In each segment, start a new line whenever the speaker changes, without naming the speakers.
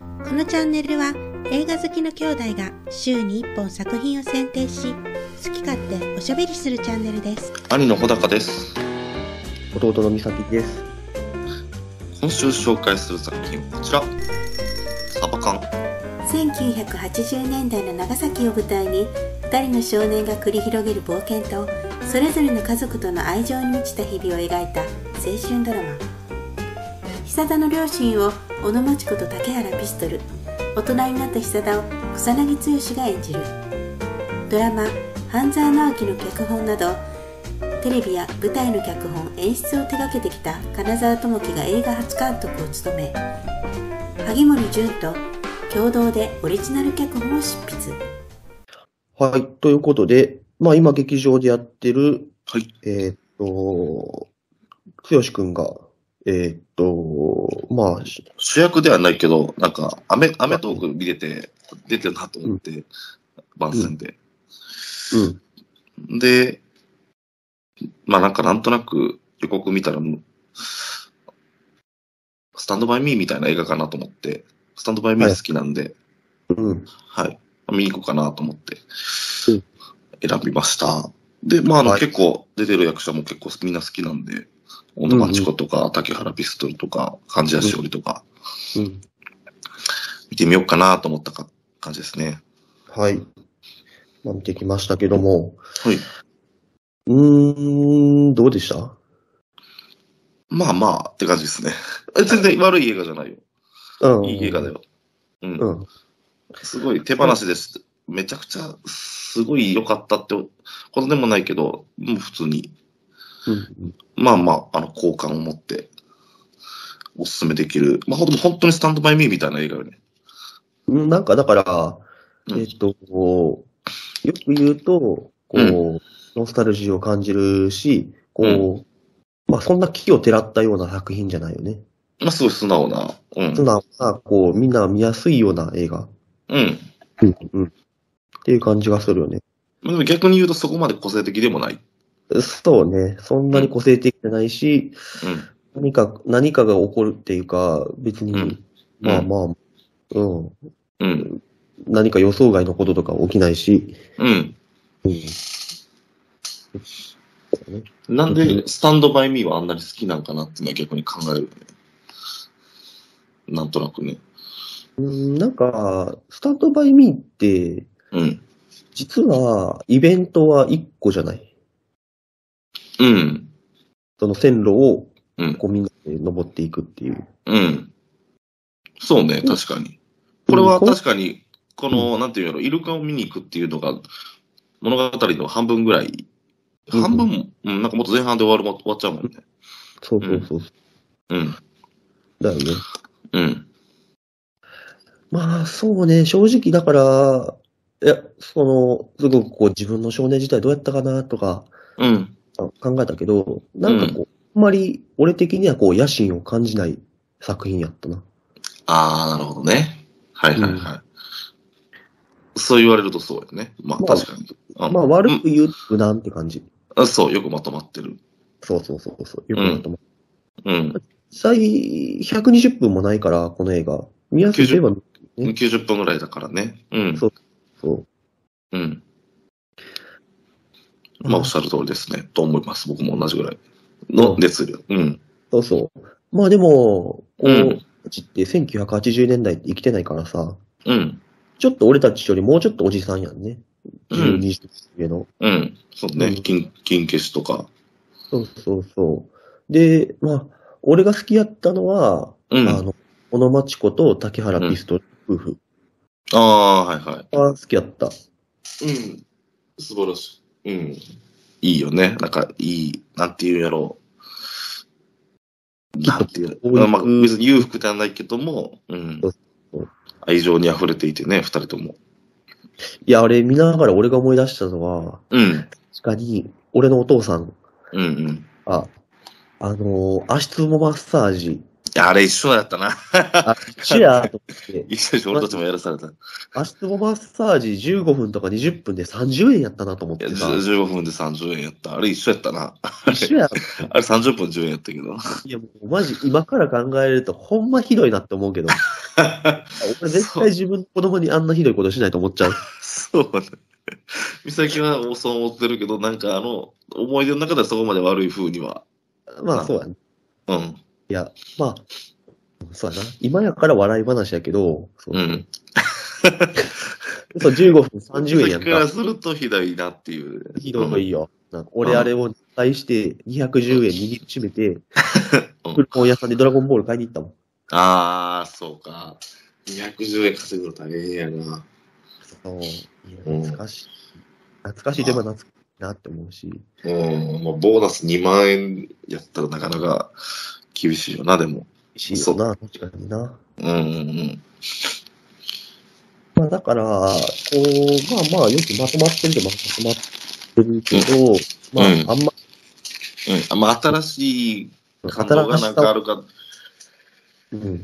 のチャンネルは映画好きの兄弟が週に1本作品を選定し好き勝手おしゃべりするチャンネルです
兄の穂高です
弟の美咲です。
今週紹介する作品はこちらサバ缶
1980年代の長崎を舞台に2人の少年が繰り広げる冒険とそれぞれの家族との愛情に満ちた日々を描いた青春ドラマ久田の両親を小野町子と竹原ピストル大人になった久田を草薙剛が演じるドラマ「半沢直樹」の脚本などテレビや舞台の脚本演出を手掛けてきた金沢智樹が映画初監督を務め萩森純と共同でオリジナル脚本を執筆
はい。ということで、まあ今劇場でやってる、
はい
えーっと、つよしくんが、えーっと、まあ、し
主役ではないけどなんかアメアメトーク見れて出てるなと思って、番宣で、
うん。
でまあなんかなんとなく予告見たらもうスタンドバイミーみたいな映画かなと思ってスタンドバイミー好きなんで、
うん。
はい。見に行こうかなと思って
うん、
選びました。で、まあ、あの、
はい
結構、出てる役者も結構みんな好きなんで、小野町子とか、竹原ピストルとか、貫地谷しおりとか、
うん。
見てみようかなと思ったか感じですね。
はい。まあ見てきましたけども、
はい。
うーん、どうでした
まあまあ、って感じですね。 全然悪い映画じゃないよ。
うん。
いい映画だ。よ。うん。
うん。
すごい手放しです。めちゃくちゃ、すごい良かったってことでもないけど、もう普通に
うん。
まあまあ、あの、好感を持って、おすすめできる。まあ、ほんと本当にスタンドバイミーみたいな映画よね。
うんなんかだから、
うん
えーっと、こうよく言うと、こう、
う
ノスタルジーを感じるし、こう、
う
まあそんな気をてらったような作品じゃないよね。
まあ、すごい素直な。うん
素。直な、こう、みんなが見やすいような映画。
うん。
うん、うん。っていう感じがするよね。
まあ、でも逆に言うとそこまで個性的でもない。
そうね。そんなに個性的じゃないし、何か、何かが起こるっていうか、別に、
うん
まあまあ、うん。
うん。うん。
何か予想外のこととか起きないし、
うん。
うん。
なんで、スタンドバイミーはあんなに好きなんかなっていうのは逆に考えるよね。なんとなくね。
うんなんか、スタートバイミーって、
うん。
実は、イベントは一個じゃない。
うん。
その線路を
うん、
こうみんなで登っていくっていう。
うん。そうね、確かに。これは確かに、この、なんていうの、イルカを見に行くっていうのが、物語の半分ぐらい。
うん
半分も、うん、なんかもっと前半で終わるも、終わっちゃうもんね。
そうそうそう。
うん。
だよね。
うん。
まあ、そうね、正直だから、いや、その、すごくこう自分の少年時代どうやったかなとか
うん。
あ考えたけど、なんかこう、あんまり俺的にはこう野心を感じない作品やったな。
あー、なるほどね。はいはいはい。そう言われるとそうよね。まあ、
まあ
確かに。あ
まあ悪
うん
く言うと無難って感じ。
あそう、よくまとまってる。
そうそうそうそう。よくなと思う。
うん。
実際、120分もないから、この映画。見やすいといえば、うん
90分ぐらいだからね。うん。
そうそう。
うん。まあ、おっしゃる通りですね。と思います。僕も同じぐらいの熱量。うん。
そうそう。まあでも、こう、
うん
うちって1980年代って生きてないからさ、
うん。
ちょっと俺たちよりもうちょっとおじさんやんね。
うん
12時上の。
うん。そうね。
うん
金、金消しとか。
そうそうそう。で、まあ、俺が好きやったのは、
うん。
あ
あ
の、小野町子と竹原ピストル夫婦
あー、はいは
が好きやった。
い。うん。素晴らしい。うん。いいよね。なんか、いい、なんていうんやろう。なんていう
こういう
まあ、別に裕福ではないけども、うん
そうそう。
愛情に溢れていてね、二人とも。
いや、あれ見ながら俺が思い出したのは、
うん。
確かに、俺のお父さん
うんうん。
が、あのー足つぼマッサージ
や、あれ一緒やったな。
あ、一緒やと思って。
一緒でしょ、俺たちもやらされた。い
足つぼマッサージ15分とか20分で30円やったなと思っ
や、
てさ。
15分で30円やった。あれ一緒やったな。
一緒や。
あれ30分10円やったけど。
いや、もうマジ今から考えるとほんまひどいなって思うけ ど。俺絶対自分の子供にあんなひどいことしないと思っちゃう。
そうね。美咲はそう思ってるけど、なんかあの、思い出の中ではそこまで悪い風には。
まあそうやね。
うん。
いや、まあ、そうやな。今やから笑い話やけど、そう,、
うん。
そう15分
美
30円やん
咲から
か。
するとひどいなっていう。
ひどいよ。なんか俺あれを対して210円握りしめ て、古本屋さんでドラゴンボール買いに行ったもん。
ああ、そうか。210円稼ぐの大変やな。
そう。いや懐かしい。懐かしいといえば懐かしいなって思うし。
うん、まあ、ボーナス2万円やったらなかなか厳しいよな、でも。
しいよな、確かにな。
うんうん
まあだから、こう、まあまあよくまとまってるとまとまってるけど、まあ
うん
あんま
うん。うん、あまあ、新しい感動が
新し
なん
さ
かあ
は、
るか、
うん、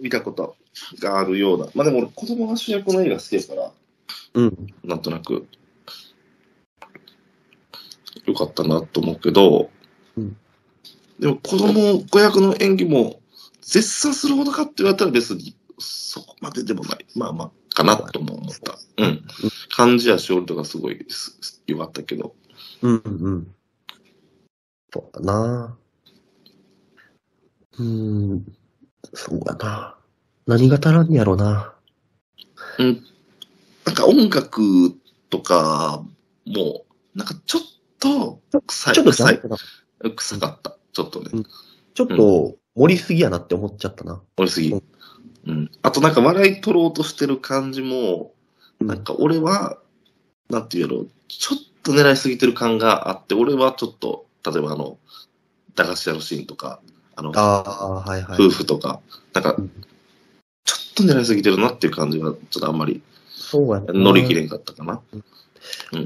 見たことがあるような。まあでも俺子供が主役の映画好きやから、
うん、
なんとなく、よかったなと思うけど、
うん
でも子供子役の演技も絶賛するほどかって言われたら別にそこまででもない。まあまあ、かなとも思った。うん。感じやしおりとかすごいすす良かったけど。
うん、うん。そうだな。うん、そうだな。何が足らんやろな。
なんか音楽とかも、なんかちょっと臭い。
ちょっと
臭い
残酷な、
臭かった。ちょっとね。
ちょっと盛りすぎやなって思っちゃったな。
盛りすぎ。
う
うん。あとなんか笑い取ろうとしてる感じも、
うん
なんか俺は、なんていうの、ちょっと狙いすぎてる感があって、俺はちょっと、例えばあの、駄菓子屋のシーンとか、あの、
ああ、はいはい。
夫婦とか、なんか
うん、
ちょっと狙いすぎてるなっていう感じが、ちょっとあんまり
そうやな。
乗り切れんかったかな。うん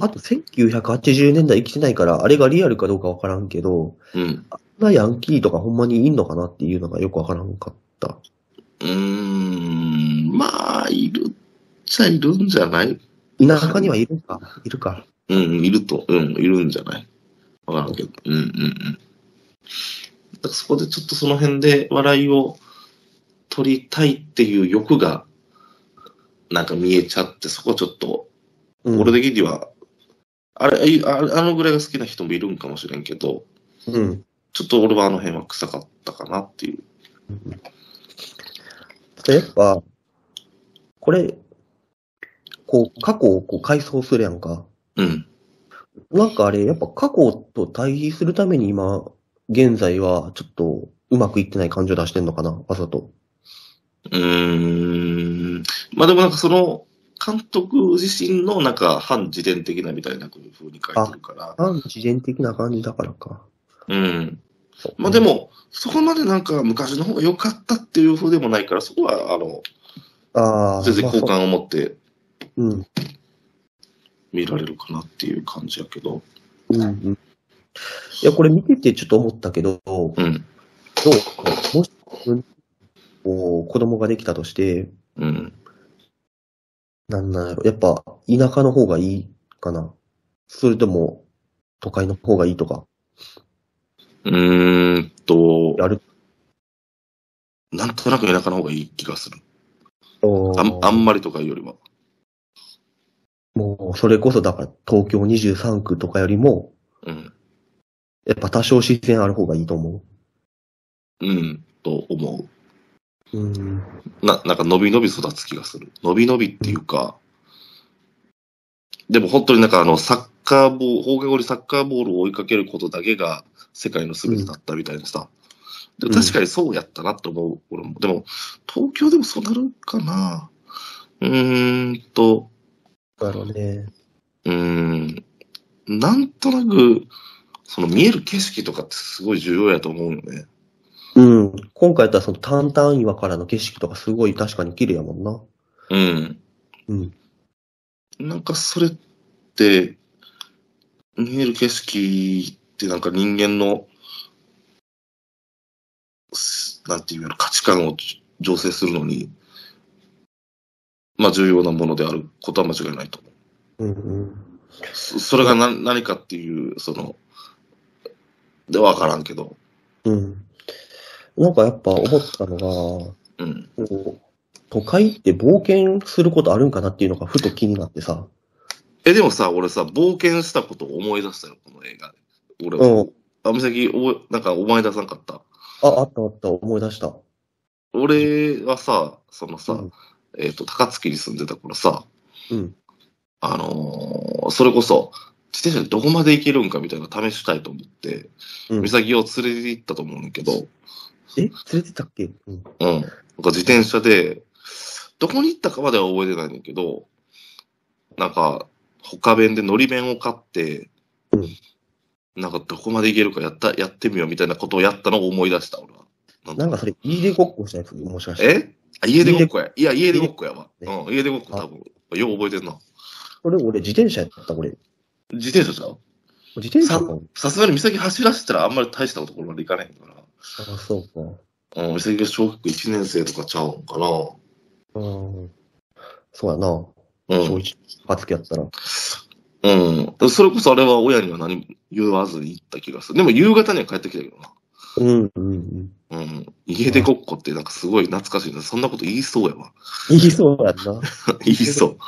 あと1980年代生きてないから、あれがリアルかどうかわからんけど、
うん。
そんなヤンキーとかほんまにいんのかなっていうのがよくわからんかった。
うーん、まあ、いるっちゃいるんじゃない
田舎にはいるか、いるか。
うん、いると、うん、いるんじゃないわからんけど。うん、うん、うん。だからそこでちょっとその辺で笑いを取りたいっていう欲が、なんか見えちゃって、そこちょっと、
うん、
俺的には、あれ、あいあれあのぐらいが好きな人もいるんかもしれんけど、
うん。
ちょっと俺はあの辺は臭かったかなっていう。
あとやっぱ、これ、こう、過去をこう回想するやんか。
うん。
なんかあれ、やっぱ過去と対比するために今、現在はちょっとうまくいってない感情出してんのかな、わざと。
うーん。まあでもなんかその、監督自身のなんか反自伝的なみたいな風に書いてるから。
反自伝的な感じだからか。
うん。まあで
も、
も、そこまでなんか昔の方が良かったっていう風でもないから、そこは、あの、
ああ、
全然好
まあ
感を持って
そううん。
見られるかなっていう感じやけど。
うんうんいや、これ見ててちょっと思ったけど、どう
うん。
もし、こう子供ができたとして、
うん。
なんなんやろ、やっぱ田舎の方がいいかな。それとも、都会の方がいいとか、
うーんと、
やる。
なんとなく田舎の方がいい気がする。あんあ
あ
んまりとかよりは。
もう、それこそだから、東京23区とかよりも、
うん。
やっぱ多少自然ある方がいいと思
うん。と思
う。うん。
う。な、なんか伸び伸び育つ気がする。伸び伸びっていうか、でも本当になんかあの、サッカーボール、放課後にサッカーボールを追いかけることだけが世界の全てだったみたいなさ。
ん
で確かにそうやったなと思う、俺も。でも、東京でもそうなるかなうーんと、
だろうね。
うーん、なんとなく、その見える景色とかってすごい重要やと思うよね。
うん。今回やったらそのタンタン岩からの景色とかすごい確かに綺麗やもんな。
うん。
うん。
なんかそれって、見える景色ってなんか人間の、すなんていうの価値観を醸成するのに、まあ重要なものであることは間違いないと思う。
うんうん。
そそれが何何かっていう、その、では分からんけど、
うん。なんかやっぱ思ったのが、
うん。
こう都会って冒険することあるんかなっていうのがふと気になってさ。
え、でもさ、俺さ、冒険したことを思い出したよ、この映画で。俺
う
は。
ん。
あ、みさき、おぼなんか思い出さんかった。
あ、あったあった、思い出した。
俺はさ、そのさ、
うん
えっ、と、高槻に住んでた頃さ、
うん。
あのーそれこそ、自転車でどこまで行けるんかみたいなの試したいと思って、
うん
美咲を連れて行ったと思うんだけど、
え連れてたっけうん。
うん。なんか自転車で、どこに行ったかまでは覚えてないんだけど、なんか、他弁でのり弁を買って、
うん
なんかどこまで行けるかやった、やってみようみたいなことをやったのを思い出した、俺は。なん
なんかそれ、家出ごっこしたやつ、もしかして。
えあ家出ごっこや。いや、家出ごっこやわ。
ね
うん、家出ごっこ多分。よう覚えてんな。
それ俺、自転車やった、俺。
自転車じゃん
自転車
さ
か。
さすがに美咲走らせたらあんまり大したところまで行かないか
あ、そうか。
ら。うん、美咲が小学校1年生とかちゃうんかな。
うん。そうやな。
う
小
ん。
一、初期やったら。
うん。それこそあれは親には何も言わずに行った気がする。でも夕方には帰ってきたけど
うん、うん、うん。
な。うん。家出ごっこってなんかすごい懐かしいな。そんなこと言いそうや わ。
言いそうやんな。
言いそう。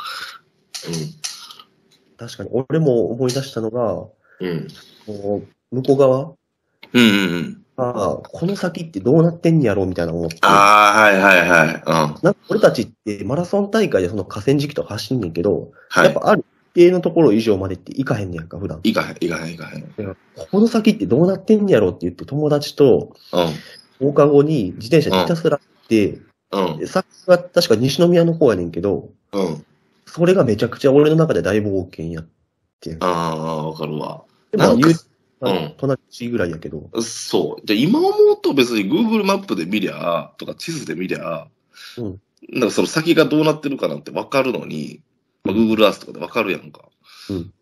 確かに、俺も思い出したのが、
うん。うん。
こう向こう側
うんうんうん。
ああ、この先ってどうなってんやろうみたいな思って。
ああ、はいはいはい。うん。
なんか俺たちってマラソン大会でその河川敷とか走んねんけど、
は
やっ
い。
ぱある一定のところ以上までって行かへんねやんか、普段。
いかへん、いかへん、いかへん。うん。
この先ってどうなってんやろうって言って友達と放課後に自転車ひたすら行って、
うん。
でさっきは確か西宮の方やねんけど、
うん。
それがめちゃくちゃ俺の中で大冒険やってん。
ああ、わかるわ。
でも、
なんか
言う
うん
隣ぐらいやけど、
そう。じゃあ今思うと別に Google マップで見りゃ、とか地図で見りゃ、
うん
なんかその先がどうなってるかなんてわかるのに、まあ、Google Earth とかでわかるやんか。
うん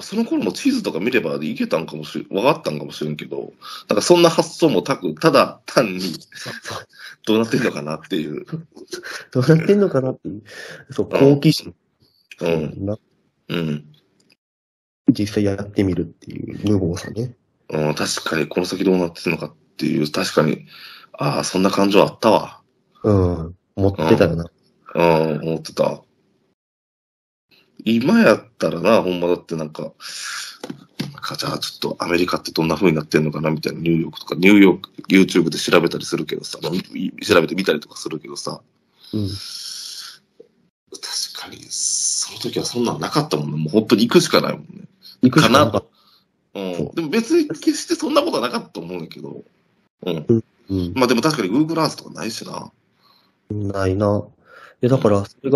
その頃も地図とか見ればいけたんかもしれん、わかったんかもしれんけど、なんかそんな発想もたく、ただ単に どうなってるのかなっていう。
どうなってんのかなっていう、そう、好奇心
うん。
な
うん。
実際やってみるっていう無謀さね。
うん、確かにこの先どうなってるのかっていう、確かに、ああ、そんな感情あったわ。
うん。持ってたよな。
うん、思ってた。今やったらな、ほんまだってなんか、なんかじゃあちょっとアメリカってどんな風になってんのかなみたいな、ニューヨークとか、ニューヨーク、YouTube で調べたりするけどさ、まあい調べてみたりとかするけどさ、
うん。
確かに、その時はそんなんなかったもんね。もう本当に行くしかないもんね。
行くしかなか
か
っ
う
そ
ん。でも別に決してそんなことはなかったと思うんだけど、うん。
た。うん。
まあでも確かに Google Earth とかないしな。
ないな。で、だから、それ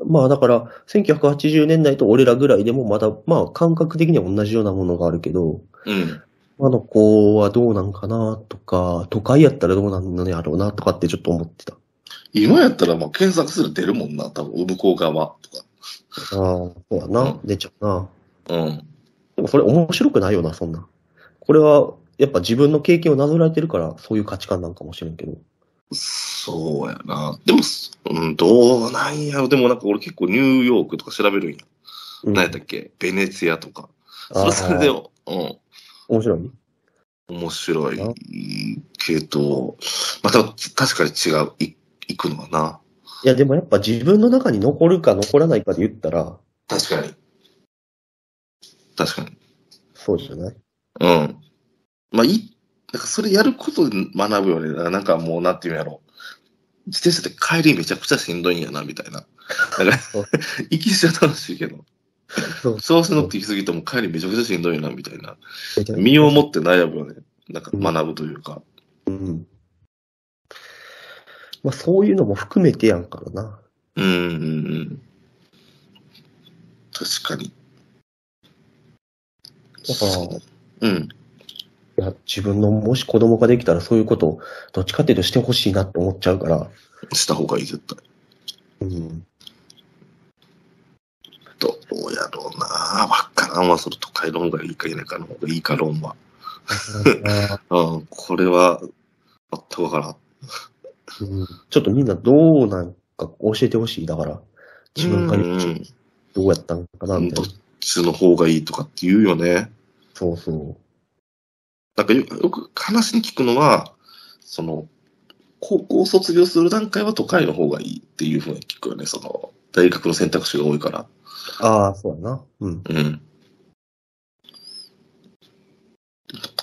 が、まあだから、1980年代と俺らぐらいでもまだ、まあ感覚的には同じようなものがあるけど、
うん。
今の子はどうなんかなとか、都会やったらどうなんのやろうなとかってちょっと思ってた。
今やったらまあ検索する出るもんな、多分、向こう側とか。
ああ、そうやな。出ちゃうな。
うん。
でもそれ面白くないよな、そんな。これは、やっぱ自分の経験をなぞられてるから、そういう価値観なんかもしれんけど。
そうやな。でも、すうん、どうなんやろ。でもなんか俺結構ニューヨークとか調べるんや。
うん
何やったっけベネツィアとか。そ
あ
れ
あ
それで、うん、
面白い。
面白
あ
いけど、また確かに違う、い行くのはな。
いや、でもやっぱ自分の中に残るか残らないかで言ったら、
確かに。確かに。
そうじゃない
うん。まあ、い、なんかそれやることで学ぶよね。なんかもう、なんていうんやろ自転車って帰りめちゃくちゃしんどいんやな、みたいな。だか
そう
ら、行きしは楽しいけど。
そう
調子乗って行き過ぎても帰りめちゃくちゃしんどいな、みたいな。
めちゃ
身をもって悩むよね。なんか学ぶというか。
うん。まあそういうのも含めてやんからな。
うん、うん、うん。確かに。
だから、い
うん。
や自分のもし子供ができたらそういうことをどっちかっていうとしてほしいなって思っちゃうから、
した方がいい、絶対。
うん。
どうやろうな。わっからんわ、それ都会の方がいいか、田舎の方がいいか論は。うん、これは、全くわからん。
うんちょっとみんなどうなんか教えてほしい。だから、自分が
うんう
ど
ん
うやったんかな、みたいな。
質の方がいいとかって言うよね。
そうそう。
なんかよよく話に聞くのは、その、高校を卒業する段階は都会の方がいいっていうふうに聞くよね。その、大学の選択肢が多いから。
ああ、そうやな。うん。
うん。なんか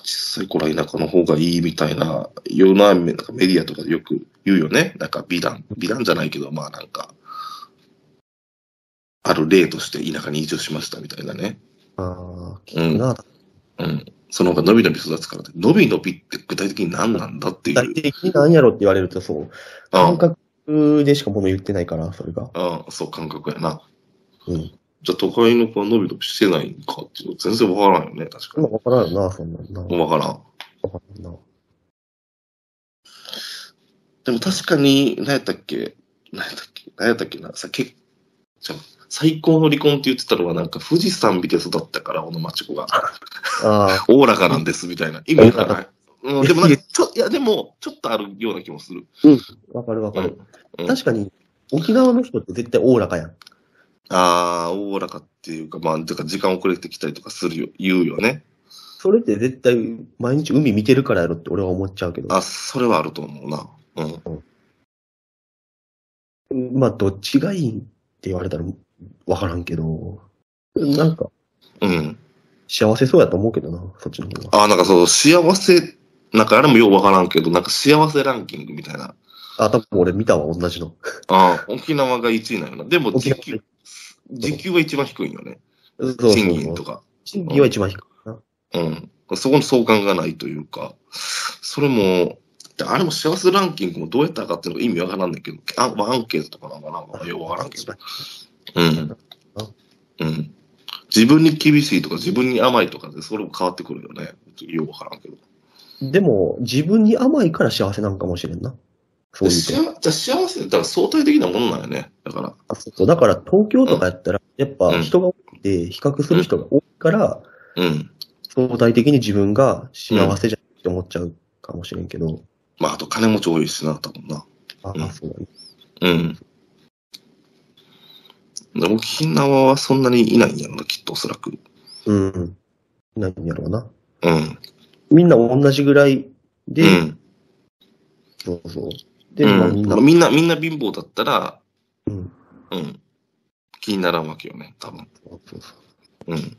小さい頃は田舎の方がいいみたいな、ようなメなんかメディアとかでよく言うよね。なんか美談、美談じゃないけど、まあなんか、ある例として田舎に移住しましたみたいなね。
ああ、
う
聞く
ん。
な。
うん。その方が伸び伸び育つからって、伸び伸びって具体的に何なんだってい
大
う。
的に何やろって言われるとそう。
うん
感覚でしか物言ってないから、それが。
ああ、そう、感覚やな。
うん。
じゃあ、都会の子は伸び伸びしてないんかっていうの全然わからんよね、確か
今
に。
わからんよな、そんなんな。わ
わからん。
からんな。
でも確かに、何やったっけ何やったっけ何やったっけなさ、けじゃあ最高の離婚って言ってたのは、なんか富士山見て育ったから、小野町子が。
あ
おおらかなんです、みたいな。意味わからない。うん、でもなん
いや
か、ちょ、いや、でも、ちょっとあるような気もする。
あ、わかるわかる。
うん
確かに、沖縄の人って絶対おおらかやん。
ああ、おおらかっていうか、まあ、てか時間遅れてきたりとかするよ、言うよね。
それって絶対、毎日海見てるからやろって俺は思っちゃうけど。
あ、それはあると思うな。うん。
まあ、どっちがいいって言われたらわからんけど、なんか、
うん。
幸せそうやと思うけどな、そっちの方が。
あ、なんかそう、幸せ、なんかあれもようわからんけど、なんか幸せランキングみたいな。
あ、多分俺見たわ、同じの。
あ沖縄が1位なのよな。でも時給
沖、
時給は一番低いんよね。
そうそう
賃金と
そう。
か。
賃金は一番低いな。
うん。そこの相関がないというか、それも、であれも幸せランキングもどうやったかっていうのが意味わからんねんけど、あまあアンケートとかなのかなまあようわからんけど。うん。うん。自分に厳しいとか自分に甘いとかで、それも変わってくるよね。ようわからんけど。
でも、自分に甘いから幸せなんかもしれんな。そういう
幸
点。
じゃあ幸せ、だから相対的なものなんよね。だから。
あそうそうだから、東京とかやったら、やっぱ人が多くて、比較する人が多いから、
うん。
相対的に自分が幸せじゃんって思っちゃうかもしれんけど、
まあ、あと金持ち多いしな、多分な。
あ
うん
あ、そうだね。
うん。で沖縄はそんなにいないんやろな、きっとおそらく。
うん。なんやろうな。
うん。
みんな同じぐらいで、
うん。
そうそう。で、
う
まあ
ん
みん
ま
な
あ、みんな、みんな貧乏だったら、
うん。
うん。気にならんわけよね、多分。
そうそうそう
うん。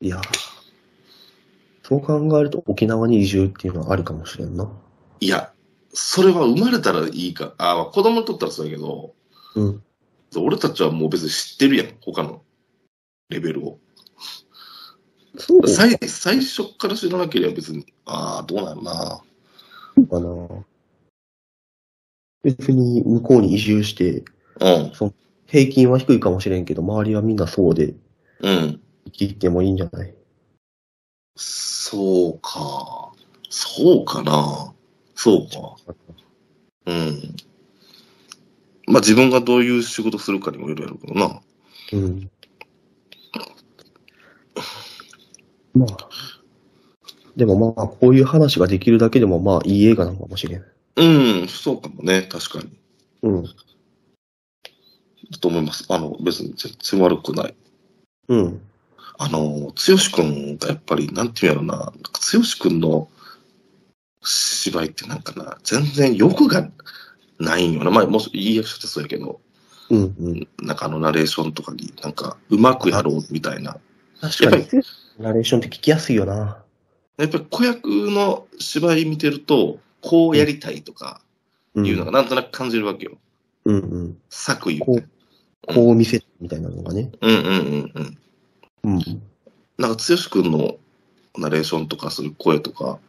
いやーそう考えると沖縄に移住っていうのはありかもしれんな。
いや、それは生まれたらいいか。あまあ、子供にとったらそうやけど、
うん。
俺たちはもう別に知ってるやん、他のレベルを。
そうか
最最初から知らなければ別に、ああ、どうなんやろな。
な。別に向こうに移住して、
うん。
平均は低いかもしれんけど、周りはみんなそうで、
うん。
生きてもいいんじゃない
そうか。そうかな。そうか。うん。まあ自分がどういう仕事するかにもよるやろうけどな。
うん。まあ。でもまあ、こういう話ができるだけでもまあ、いい映画なのかもしれん。
うん、そうかもね。確かに。
うん。
だと思います。あの、別に全然悪くない。
うん。
あの、つよしくんがやっぱり、なんていうんやろな。なんかつよしくんの芝居ってなんかな、全然欲がないんよな。まあ、もし、いい役者ってそうやけど、
うん。うん。
なんかあのナレーションとかになんか、うまくやろうみたいな。
確
か
か
に
に。ナレーションって聞きやすいよな。
やっぱり子役の芝居見てると、こうやりたいとか
うん。
いうのがなんとなく感じるわけよ。
うんうん。
作為を
こ
ね
う。、こう見せるみたいなのがね。
うんうんうんうん。
うん。
なんか、剛くんのナレーションとか、そういう声とか、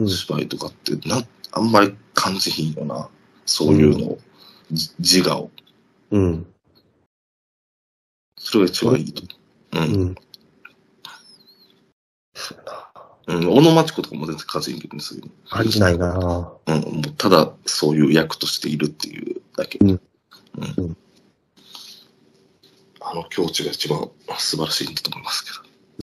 うん
芝居とかってなん、あんまり感じひんよな。そういうのを、じ自我を。
うん。
それが一番いいと。う。
うんん。そうやな。
うん。小野町子とかも全然感じひんけどね、そういう
感じないな。
の。うん。もうただ、そういう役としているっていうだけ。
うん
うん。
うん
あの境地が一番素晴らしいんだと思いますけど。